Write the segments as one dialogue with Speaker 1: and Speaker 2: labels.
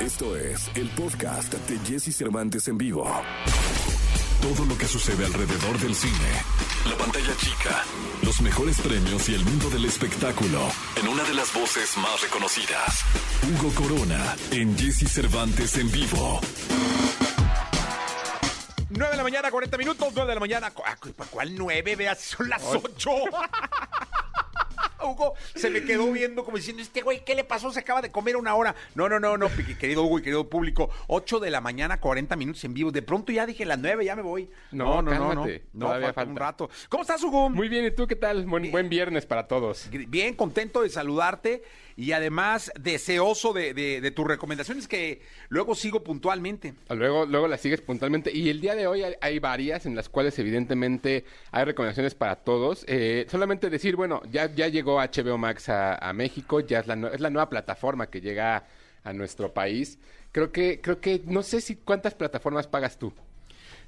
Speaker 1: Esto es el podcast de Jesse Cervantes en vivo. Todo lo que sucede alrededor del cine, la pantalla chica, los mejores premios y el mundo del espectáculo en una de las voces más reconocidas. Hugo Corona en Jesse Cervantes en vivo.
Speaker 2: 9 de la mañana, 40 minutos, 9 de la mañana. Cu- ah, cu- ¿Para cuál 9? Vea, son las 8. Hugo se me quedó viendo como diciendo, este güey, ¿qué le pasó? Se acaba de comer una hora. No, no, no, no, pi- querido Hugo y querido público, 8 de la mañana, 40 minutos en vivo. De pronto ya dije las 9, ya me voy.
Speaker 3: No, cálmate,
Speaker 2: No,
Speaker 3: todavía
Speaker 2: falta un
Speaker 3: falta.
Speaker 2: rato. ¿Cómo estás, Hugo?
Speaker 3: Muy bien, ¿y tú qué tal? Buen, buen viernes para todos.
Speaker 2: Bien, contento de saludarte y además deseoso de, de- de tus recomendaciones que luego sigo puntualmente.
Speaker 3: Luego, luego la sigues puntualmente. Y el día de hoy hay, hay varias en las cuales evidentemente hay recomendaciones para todos. Eh, solamente decir, bueno, ya, ya llegó HBO Max a, a México, ya es la, nue- es la nueva plataforma que llega a nuestro país. Creo que, creo que, no sé si cuántas plataformas pagas tú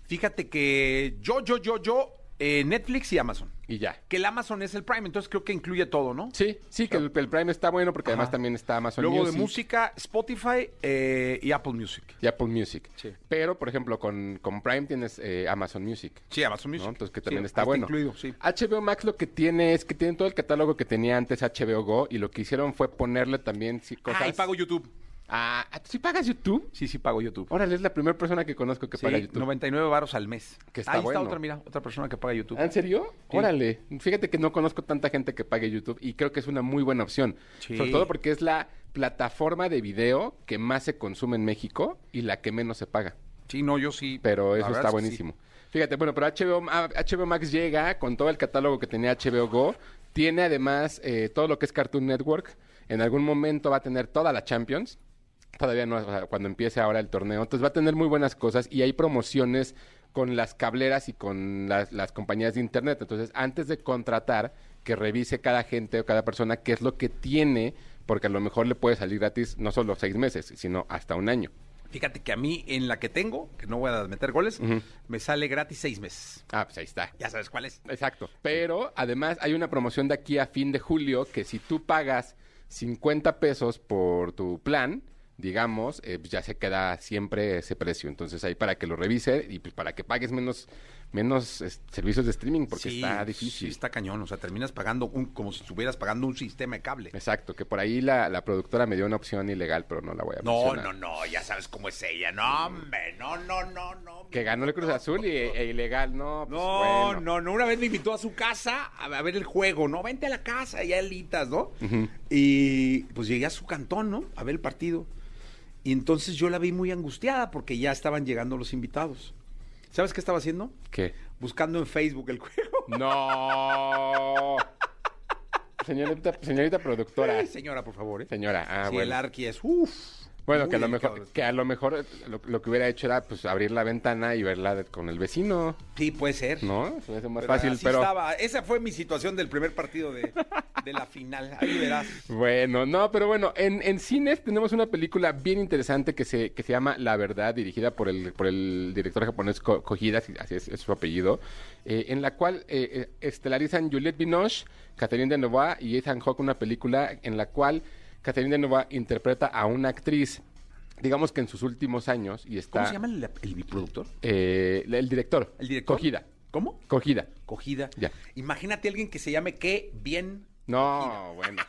Speaker 2: Fíjate que yo, yo, yo, yo, eh, Netflix y Amazon.
Speaker 3: y ya.
Speaker 2: que el Amazon es el Prime, entonces creo que incluye todo, ¿no?
Speaker 3: Sí, sí, que el, el Prime está bueno porque además también está Amazon
Speaker 2: Luego de
Speaker 3: Music.
Speaker 2: música, Spotify eh, y Apple Music.
Speaker 3: Y Apple Music.
Speaker 2: Sí.
Speaker 3: Pero, por ejemplo, con, con Prime tienes eh, Amazon Music.
Speaker 2: Sí, Amazon Music.
Speaker 3: ¿no? Entonces que
Speaker 2: Sí,
Speaker 3: también está
Speaker 2: está
Speaker 3: bueno.
Speaker 2: incluido, sí.
Speaker 3: HBO Max lo que tiene es que tienen todo el catálogo que tenía antes HBO Go y lo que hicieron fue ponerle también sí, cosas.
Speaker 2: Ah, y pago YouTube.
Speaker 3: Ah, ¿sí pagas YouTube?
Speaker 2: Sí, sí, pago YouTube.
Speaker 3: Órale, es la primera persona que conozco Oh, que
Speaker 2: Sí,
Speaker 3: paga YouTube.
Speaker 2: 99 varos al mes.
Speaker 3: Que está
Speaker 2: Ahí
Speaker 3: bueno.
Speaker 2: está otra, mira, otra persona que paga YouTube.
Speaker 3: ¿Ah, ¿En serio?
Speaker 2: Sí.
Speaker 3: Órale. Fíjate que no conozco tanta gente que pague YouTube y creo que es una muy buena opción.
Speaker 2: Sí.
Speaker 3: Sobre todo porque es la plataforma de video que más se consume en México y la que menos se paga.
Speaker 2: Sí, no, yo sí.
Speaker 3: pero
Speaker 2: la
Speaker 3: eso
Speaker 2: verdad
Speaker 3: está
Speaker 2: es que sí.
Speaker 3: buenísimo. Fíjate, bueno, pero HBO, ah, HBO Max llega con todo el catálogo que tenía HBO Go. Tiene además eh, todo lo que es Cartoon Network. En algún momento va a tener toda la Champions. Todavía no, o sea, cuando empiece ahora el torneo. Entonces va a tener muy buenas cosas y hay promociones con las cableras y con las, las compañías de Internet. Entonces, antes de contratar, que revise cada gente o cada persona qué es lo que tiene, porque a lo mejor le puede salir gratis no solo seis meses, sino hasta un año.
Speaker 2: Fíjate que a mí, en la que tengo, que no voy a meter goles, me sale gratis seis meses.
Speaker 3: Ah, pues ahí está.
Speaker 2: Ya sabes cuál es.
Speaker 3: Exacto. Pero además hay una promoción de aquí a fin de julio que si tú pagas 50 pesos por tu plan, digamos, eh, pues ya se queda siempre ese precio. Entonces ahí para que lo revise y pues para que pagues menos menos es- servicios de streaming porque
Speaker 2: Sí,
Speaker 3: está
Speaker 2: Sí,
Speaker 3: difícil.
Speaker 2: está cañón. O sea, terminas pagando un, como si estuvieras pagando un sistema de cable.
Speaker 3: Exacto, que por ahí la, la productora me dio una opción ilegal, pero no la voy a
Speaker 2: No,
Speaker 3: mencionar.
Speaker 2: no, no, ya sabes cómo es ella. No, hombre, no, no, no, no.
Speaker 3: Mm. Que ganó el Cruz Azul y, e ilegal, no. pues,
Speaker 2: No,
Speaker 3: bueno.
Speaker 2: no, no. Una vez me invitó a su casa a, a ver el juego, ¿no? Vente a la casa, ya alitas, ¿no? Y pues llegué a su cantón, ¿no? A ver el partido. Y entonces yo la vi muy angustiada porque ya estaban llegando los invitados. ¿Sabes qué estaba haciendo?
Speaker 3: ¿Qué?
Speaker 2: Buscando en Facebook el juego.
Speaker 3: No. señorita, señorita productora.
Speaker 2: Señora, por favor, ¿eh?
Speaker 3: Señora, ah,
Speaker 2: sí,
Speaker 3: bueno.
Speaker 2: el arqui es. Uf.
Speaker 3: Bueno, que a,
Speaker 2: Muy
Speaker 3: lo mejor,
Speaker 2: delicado.
Speaker 3: que a lo mejor eh, lo, lo que hubiera hecho era pues abrir la ventana y verla de- con el vecino,
Speaker 2: Sí, puede ser.
Speaker 3: ¿no? Se me hace más
Speaker 2: Pero
Speaker 3: fácil,
Speaker 2: así
Speaker 3: pero
Speaker 2: estaba. Esa fue mi situación del primer partido de, de la final. Ahí verás.
Speaker 3: bueno, no, pero bueno, en, en cines tenemos una película bien interesante que se, que se llama La Verdad, dirigida por el, por el director japonés Ko- Kojida, así- así es, es su apellido, eh, en la cual eh, eh, estelarizan Juliette Binoche, Catherine Deneuve y Ethan Hawke, una película en la cual Catherine Deneuve interpreta a una actriz, digamos que en sus últimos años, y está...
Speaker 2: ¿Cómo se llama el, el, mi productor?
Speaker 3: Eh, el director.
Speaker 2: ¿El director?
Speaker 3: Cogida.
Speaker 2: ¿Cómo?
Speaker 3: Cogida.
Speaker 2: Cogida.
Speaker 3: Ya.
Speaker 2: Imagínate a alguien que se llame qué bien.
Speaker 3: No, bueno.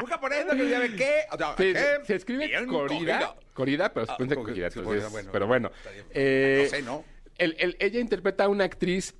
Speaker 2: Un japonés ¿no? que se llame qué. o sea,
Speaker 3: Se,
Speaker 2: qué
Speaker 3: se escribe
Speaker 2: bien
Speaker 3: Corida. Corida, pero se
Speaker 2: Ah,
Speaker 3: pronuncia
Speaker 2: Cogida,
Speaker 3: Cogida.
Speaker 2: sí,
Speaker 3: entonces,
Speaker 2: Cogida, bueno,
Speaker 3: pero bueno.
Speaker 2: está bien.
Speaker 3: Eh,
Speaker 2: No sé, ¿no?
Speaker 3: el- el- ella interpreta a una actriz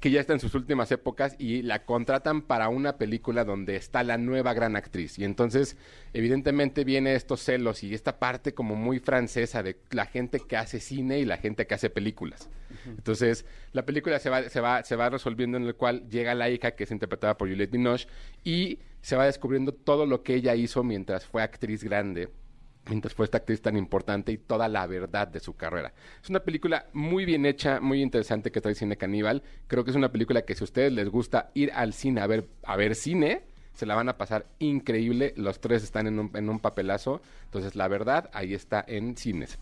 Speaker 3: que ya está en sus últimas épocas y la contratan para una película donde está la nueva gran actriz. Y entonces, evidentemente, viene estos celos y esta parte como muy francesa de la gente que hace cine y la gente que hace películas. Entonces, la película se va, se va, se va resolviendo en el cual llega la hija, que es interpretada por Juliette Binoche, y se va descubriendo todo lo que ella hizo mientras fue actriz grande mientras fue esta actriz tan importante y toda la verdad de su carrera. Es una película muy bien hecha, muy interesante que trae Cine Caníbal. Creo que es una película que si a ustedes les gusta ir al cine a ver, a ver cine, se la van a pasar increíble. Los tres están en un, en un papelazo. Entonces, la verdad, ahí está en cines.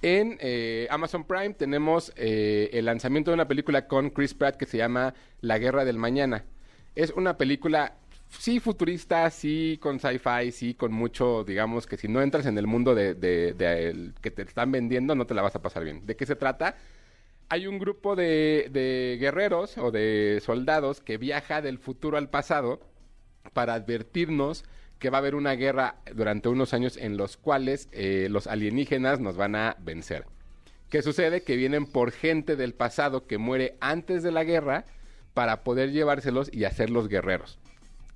Speaker 3: En eh, Amazon Prime tenemos eh, el lanzamiento de una película con Chris Pratt que se llama La Guerra del Mañana. Es una película sí futurista, sí con sci-fi, sí con mucho, digamos, que si no entras en el mundo de, de- de el que te están vendiendo, no te la vas a pasar bien. ¿De qué se trata? Hay un grupo de, de guerreros o de soldados que viaja del futuro al pasado para advertirnos que va a haber una guerra durante unos años en los cuales eh, los alienígenas nos van a vencer. ¿Qué sucede? Que vienen por gente del pasado que muere antes de la guerra para poder llevárselos y hacerlos guerreros.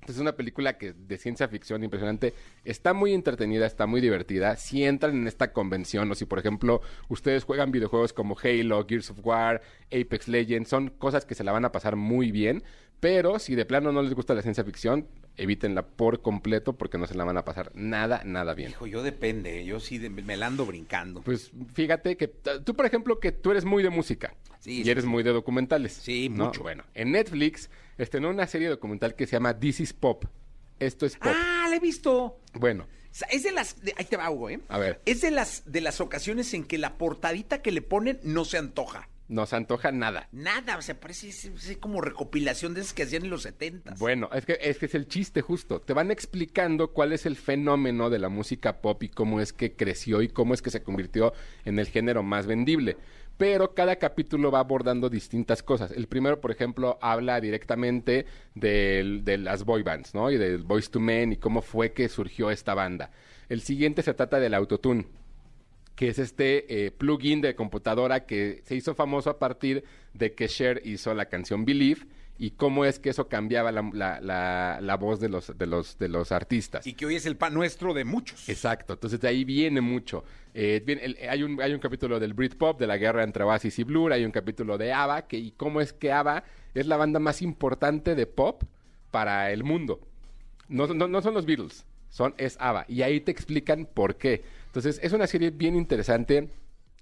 Speaker 3: Es una película que de ciencia ficción impresionante. Está muy entretenida, está muy divertida. Si entran en esta convención o si, por ejemplo, ustedes juegan videojuegos como Halo, Gears of War, Apex Legends, son cosas que se la van a pasar muy bien. Pero si de plano no les gusta la ciencia ficción, evítenla por completo porque no se la van a pasar nada, nada bien.
Speaker 2: Hijo, yo depende, ¿eh? yo sí de- me la ando brincando.
Speaker 3: Pues fíjate que t- tú, por ejemplo, que tú eres muy de música
Speaker 2: Sí,
Speaker 3: y
Speaker 2: sí,
Speaker 3: eres muy de documentales.
Speaker 2: Sí,
Speaker 3: ¿no?
Speaker 2: mucho.
Speaker 3: Bueno, en Netflix estrenó una serie documental que se llama This is Pop. Esto es pop.
Speaker 2: Ah, la he visto.
Speaker 3: Bueno,
Speaker 2: O sea, Es de las. de- ahí te va, Hugo, ¿eh?
Speaker 3: A ver.
Speaker 2: Es de las, de las ocasiones en que la portadita que le ponen no se antoja.
Speaker 3: no se antoja nada.
Speaker 2: Nada, o sea, parece ese- ese como recopilación de esas que hacían en los 70.
Speaker 3: Bueno, es que, es que es el chiste justo. Te van explicando cuál es el fenómeno de la música pop y cómo es que creció y cómo es que se convirtió en el género más vendible. Pero cada capítulo va abordando distintas cosas. El primero, por ejemplo, habla directamente del- de las boy bands, ¿no? Y del Boys to Men y cómo fue que surgió esta banda. El siguiente se trata del autotune que es este eh, plugin de computadora que se hizo famoso a partir de que Cher hizo la canción Believe y cómo es que eso cambiaba la, la- la- la voz de los, de los, de los artistas.
Speaker 2: Y que hoy es el pan nuestro de muchos.
Speaker 3: Exacto, entonces de ahí viene mucho. Eh, viene el- hay, un, hay un capítulo del Britpop, de la guerra entre Oasis y Blur, hay un capítulo de ABBA, que, y cómo es que ABBA es la banda más importante de pop para el mundo. No, no- no son los Beatles, son, es ABBA, y ahí te explican por qué. Entonces es una serie bien interesante.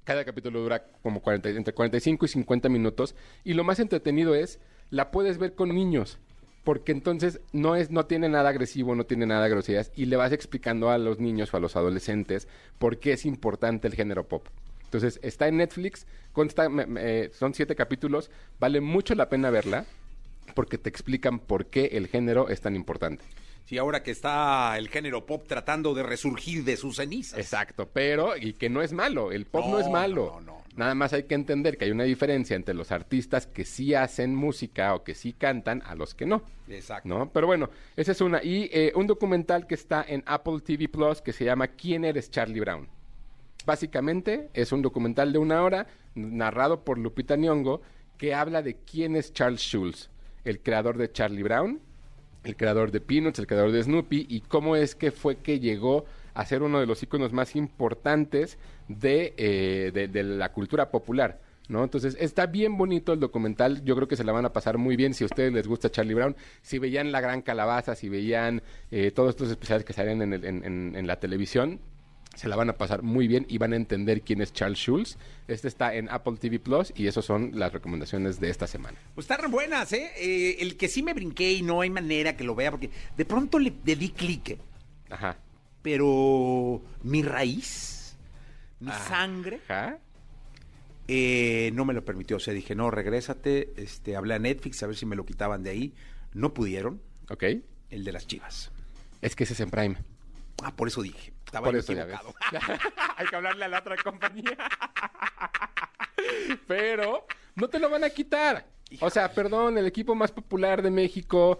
Speaker 3: Cada capítulo dura como 40 entre 45 y 50 minutos. Y lo más entretenido es, la puedes ver con niños. Porque entonces no es, no tiene nada agresivo, no tiene nada groserías, y le vas explicando a los niños o a los adolescentes por qué es importante el género pop. Entonces, está en Netflix, consta- me- me- eh, son siete capítulos, vale mucho la pena verla, porque te explican por qué el género es tan importante.
Speaker 2: Sí, ahora que está el género pop tratando de resurgir de sus cenizas.
Speaker 3: Exacto, pero y que no es malo, el pop no,
Speaker 2: No,
Speaker 3: es malo.
Speaker 2: no, no, no.
Speaker 3: Nada más hay que entender que hay una diferencia entre los artistas que sí hacen música o que sí cantan a los que no.
Speaker 2: Exacto.
Speaker 3: ¿No? Pero bueno, esa es una. Y eh, un documental que está en Apple TV Plus que se llama ¿Quién eres Charlie Brown? Básicamente es un documental de una hora narrado por Lupita Nyong'o que habla de quién es Charles Schulz, el creador de Charlie Brown, el creador de Peanuts, el creador de Snoopy y cómo es que fue que llegó a ser uno de los íconos más importantes de, eh, de- de la cultura popular. ¿No? Entonces está bien bonito el documental, yo creo que se la van a pasar muy bien si a ustedes les gusta Charlie Brown, si veían La Gran Calabaza, si veían eh, todos estos especiales que salían en, el- en- en- en la televisión, se la van a pasar muy bien y van a entender quién es Charles Schulz. Este está en Apple TV Plus y esas son las recomendaciones de esta semana.
Speaker 2: Pues están buenas, ¿eh? Eh, El que sí me brinqué y no hay manera que lo vea, porque de pronto le, le di clic, ¿eh?
Speaker 3: Ajá.
Speaker 2: pero mi raíz, mi
Speaker 3: Ah.
Speaker 2: sangre,
Speaker 3: Ajá.
Speaker 2: eh, no me lo permitió. O sea, dije, no, regrésate, este, hablé a Netflix a ver si me lo quitaban de ahí. No pudieron,
Speaker 3: Ok.
Speaker 2: el de las chivas.
Speaker 3: Es que ese es en Prime.
Speaker 2: Ah, por eso dije, estaba
Speaker 3: Por
Speaker 2: yo
Speaker 3: eso ya
Speaker 2: equivocado.
Speaker 3: ves. Hay que hablarle a la otra compañía. Pero no te lo van a quitar. O sea, perdón, el equipo más popular de México.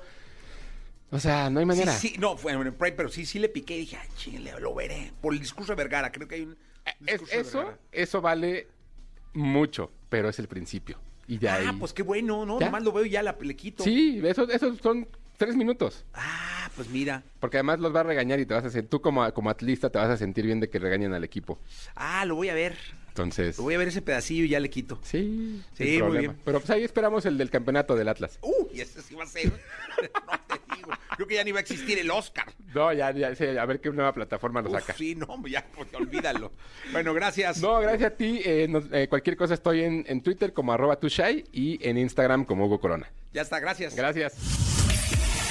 Speaker 3: O sea, no hay manera.
Speaker 2: Sí, sí, no, fue en Prime, pero sí, sí le piqué y dije, ay, chile, lo veré. Por el discurso de Vergara, creo que hay un.
Speaker 3: Eh, Es-
Speaker 2: discurso de
Speaker 3: eso,
Speaker 2: Vergara.
Speaker 3: eso vale mucho, pero es el principio. Y de ahí.
Speaker 2: Ah, pues qué bueno, ¿no?
Speaker 3: ¿Ya?
Speaker 2: Nomás lo veo y ya la, le quito.
Speaker 3: Sí, esos son tres minutos.
Speaker 2: Ah, pues mira.
Speaker 3: Porque además los va a regañar y te vas a sentir, tú como, como atlista te vas a sentir bien de que regañen al equipo.
Speaker 2: Ah, lo voy a ver.
Speaker 3: Entonces,
Speaker 2: Lo voy a ver ese pedacillo y ya le quito.
Speaker 3: sí,
Speaker 2: Sí,
Speaker 3: sin
Speaker 2: muy
Speaker 3: problema.
Speaker 2: bien.
Speaker 3: Pero pues ahí esperamos el del campeonato del Atlas.
Speaker 2: Uy, Uh, ese sí va a ser. no te digo. Creo que ya ni va a existir el Oscar.
Speaker 3: No, ya, ya, sí, a ver qué nueva plataforma lo
Speaker 2: Uf,
Speaker 3: saca.
Speaker 2: sí, no, ya, porque olvídalo. bueno, gracias.
Speaker 3: No, gracias a ti. eh, nos- eh, cualquier cosa estoy en, en Twitter como arroba tushai y en Instagram como Hugo Corona.
Speaker 2: Ya está, gracias.
Speaker 3: Gracias.